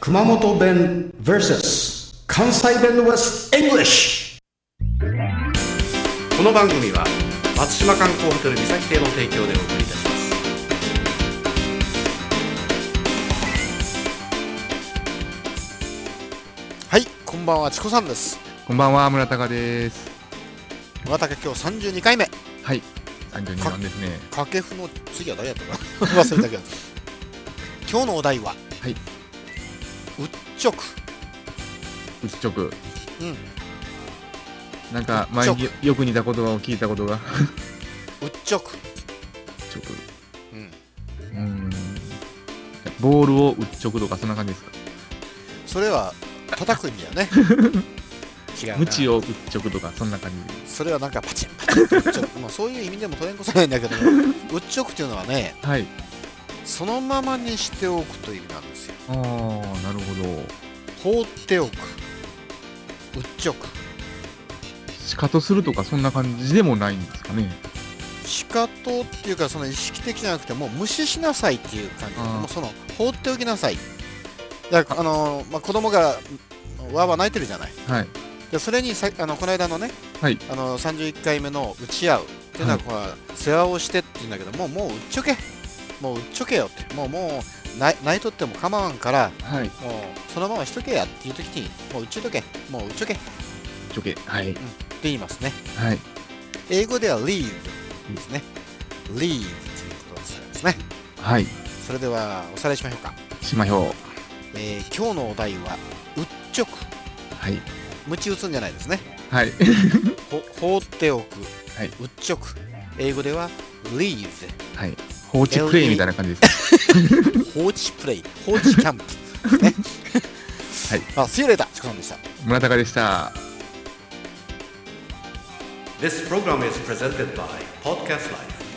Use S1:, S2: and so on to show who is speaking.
S1: 熊本弁 vs 関西弁 vs English
S2: この番組は松島観光ホテル三崎邸の提供でお送りいたしますはいこんばんはチコさんです
S3: こんばんは、村高です。
S2: 村竹今日32回目
S3: はい、三十二番ですね。
S2: 掛布の次は誰やったかな 忘れたけど今日のお題は
S3: はい
S2: 「うっちょく
S3: うっちょく。
S2: うん
S3: なんか、
S2: うっ
S3: 前
S2: ちょく
S3: によく似た言葉を聞いたことが。うっ」
S2: 「うっちょく
S3: ちょく。」
S2: うん
S3: うーん。ボールをうっちょくとか、そんな感じですか。
S2: それは叩く意味 だね違うな
S3: 鞭をうっちょくとか、そんな感じで
S2: それはなんかパチンパチンってうっちょくまあそういう意味でも取れんこさないんだけどうっちょくっていうのはね
S3: はい。
S2: そのままにしておくという意味なんですよ
S3: ああ、なるほど。
S2: 放っておくうっちょく
S3: 仕方するとか、そんな感じでもないんですかね。
S2: 仕方っていうかその意識的じゃなくてもう無視しなさいっていう感じ
S3: あー
S2: もうその放っておきなさいだからあのーまあ、子供がわーわー泣いてるじゃない
S3: はい。
S2: でそれにさあのこの間のね、
S3: はい
S2: あの31回目の「打ち合う」っていうのはこう世話をしてって言うんだけどもうもううっちょけもううっちょけよってもうもうない泣いとっても構わんから
S3: はい。うっ
S2: もうそのまましとけやっていう時にもううっちょいとけもううっちょけって
S3: ちょけ。はい。
S2: 言いますね
S3: はい。
S2: 英語では leave ですね leave っていうことをされますね
S3: はい。
S2: それではおさらいしましょうか、
S3: しまひょ
S2: えー今日のお題はうっちょく
S3: う。はい。
S2: むち打つんじゃないですね
S3: はい。
S2: ほ放っておく、
S3: はいう
S2: っちょく英語では leave
S3: はい。放置プレイみたいな感じ です
S2: 放置プレイ放置キャンプね
S3: はい
S2: あ、See you later! チコさんでした
S3: か。村高でした。
S4: This program is presented by Podcast Life.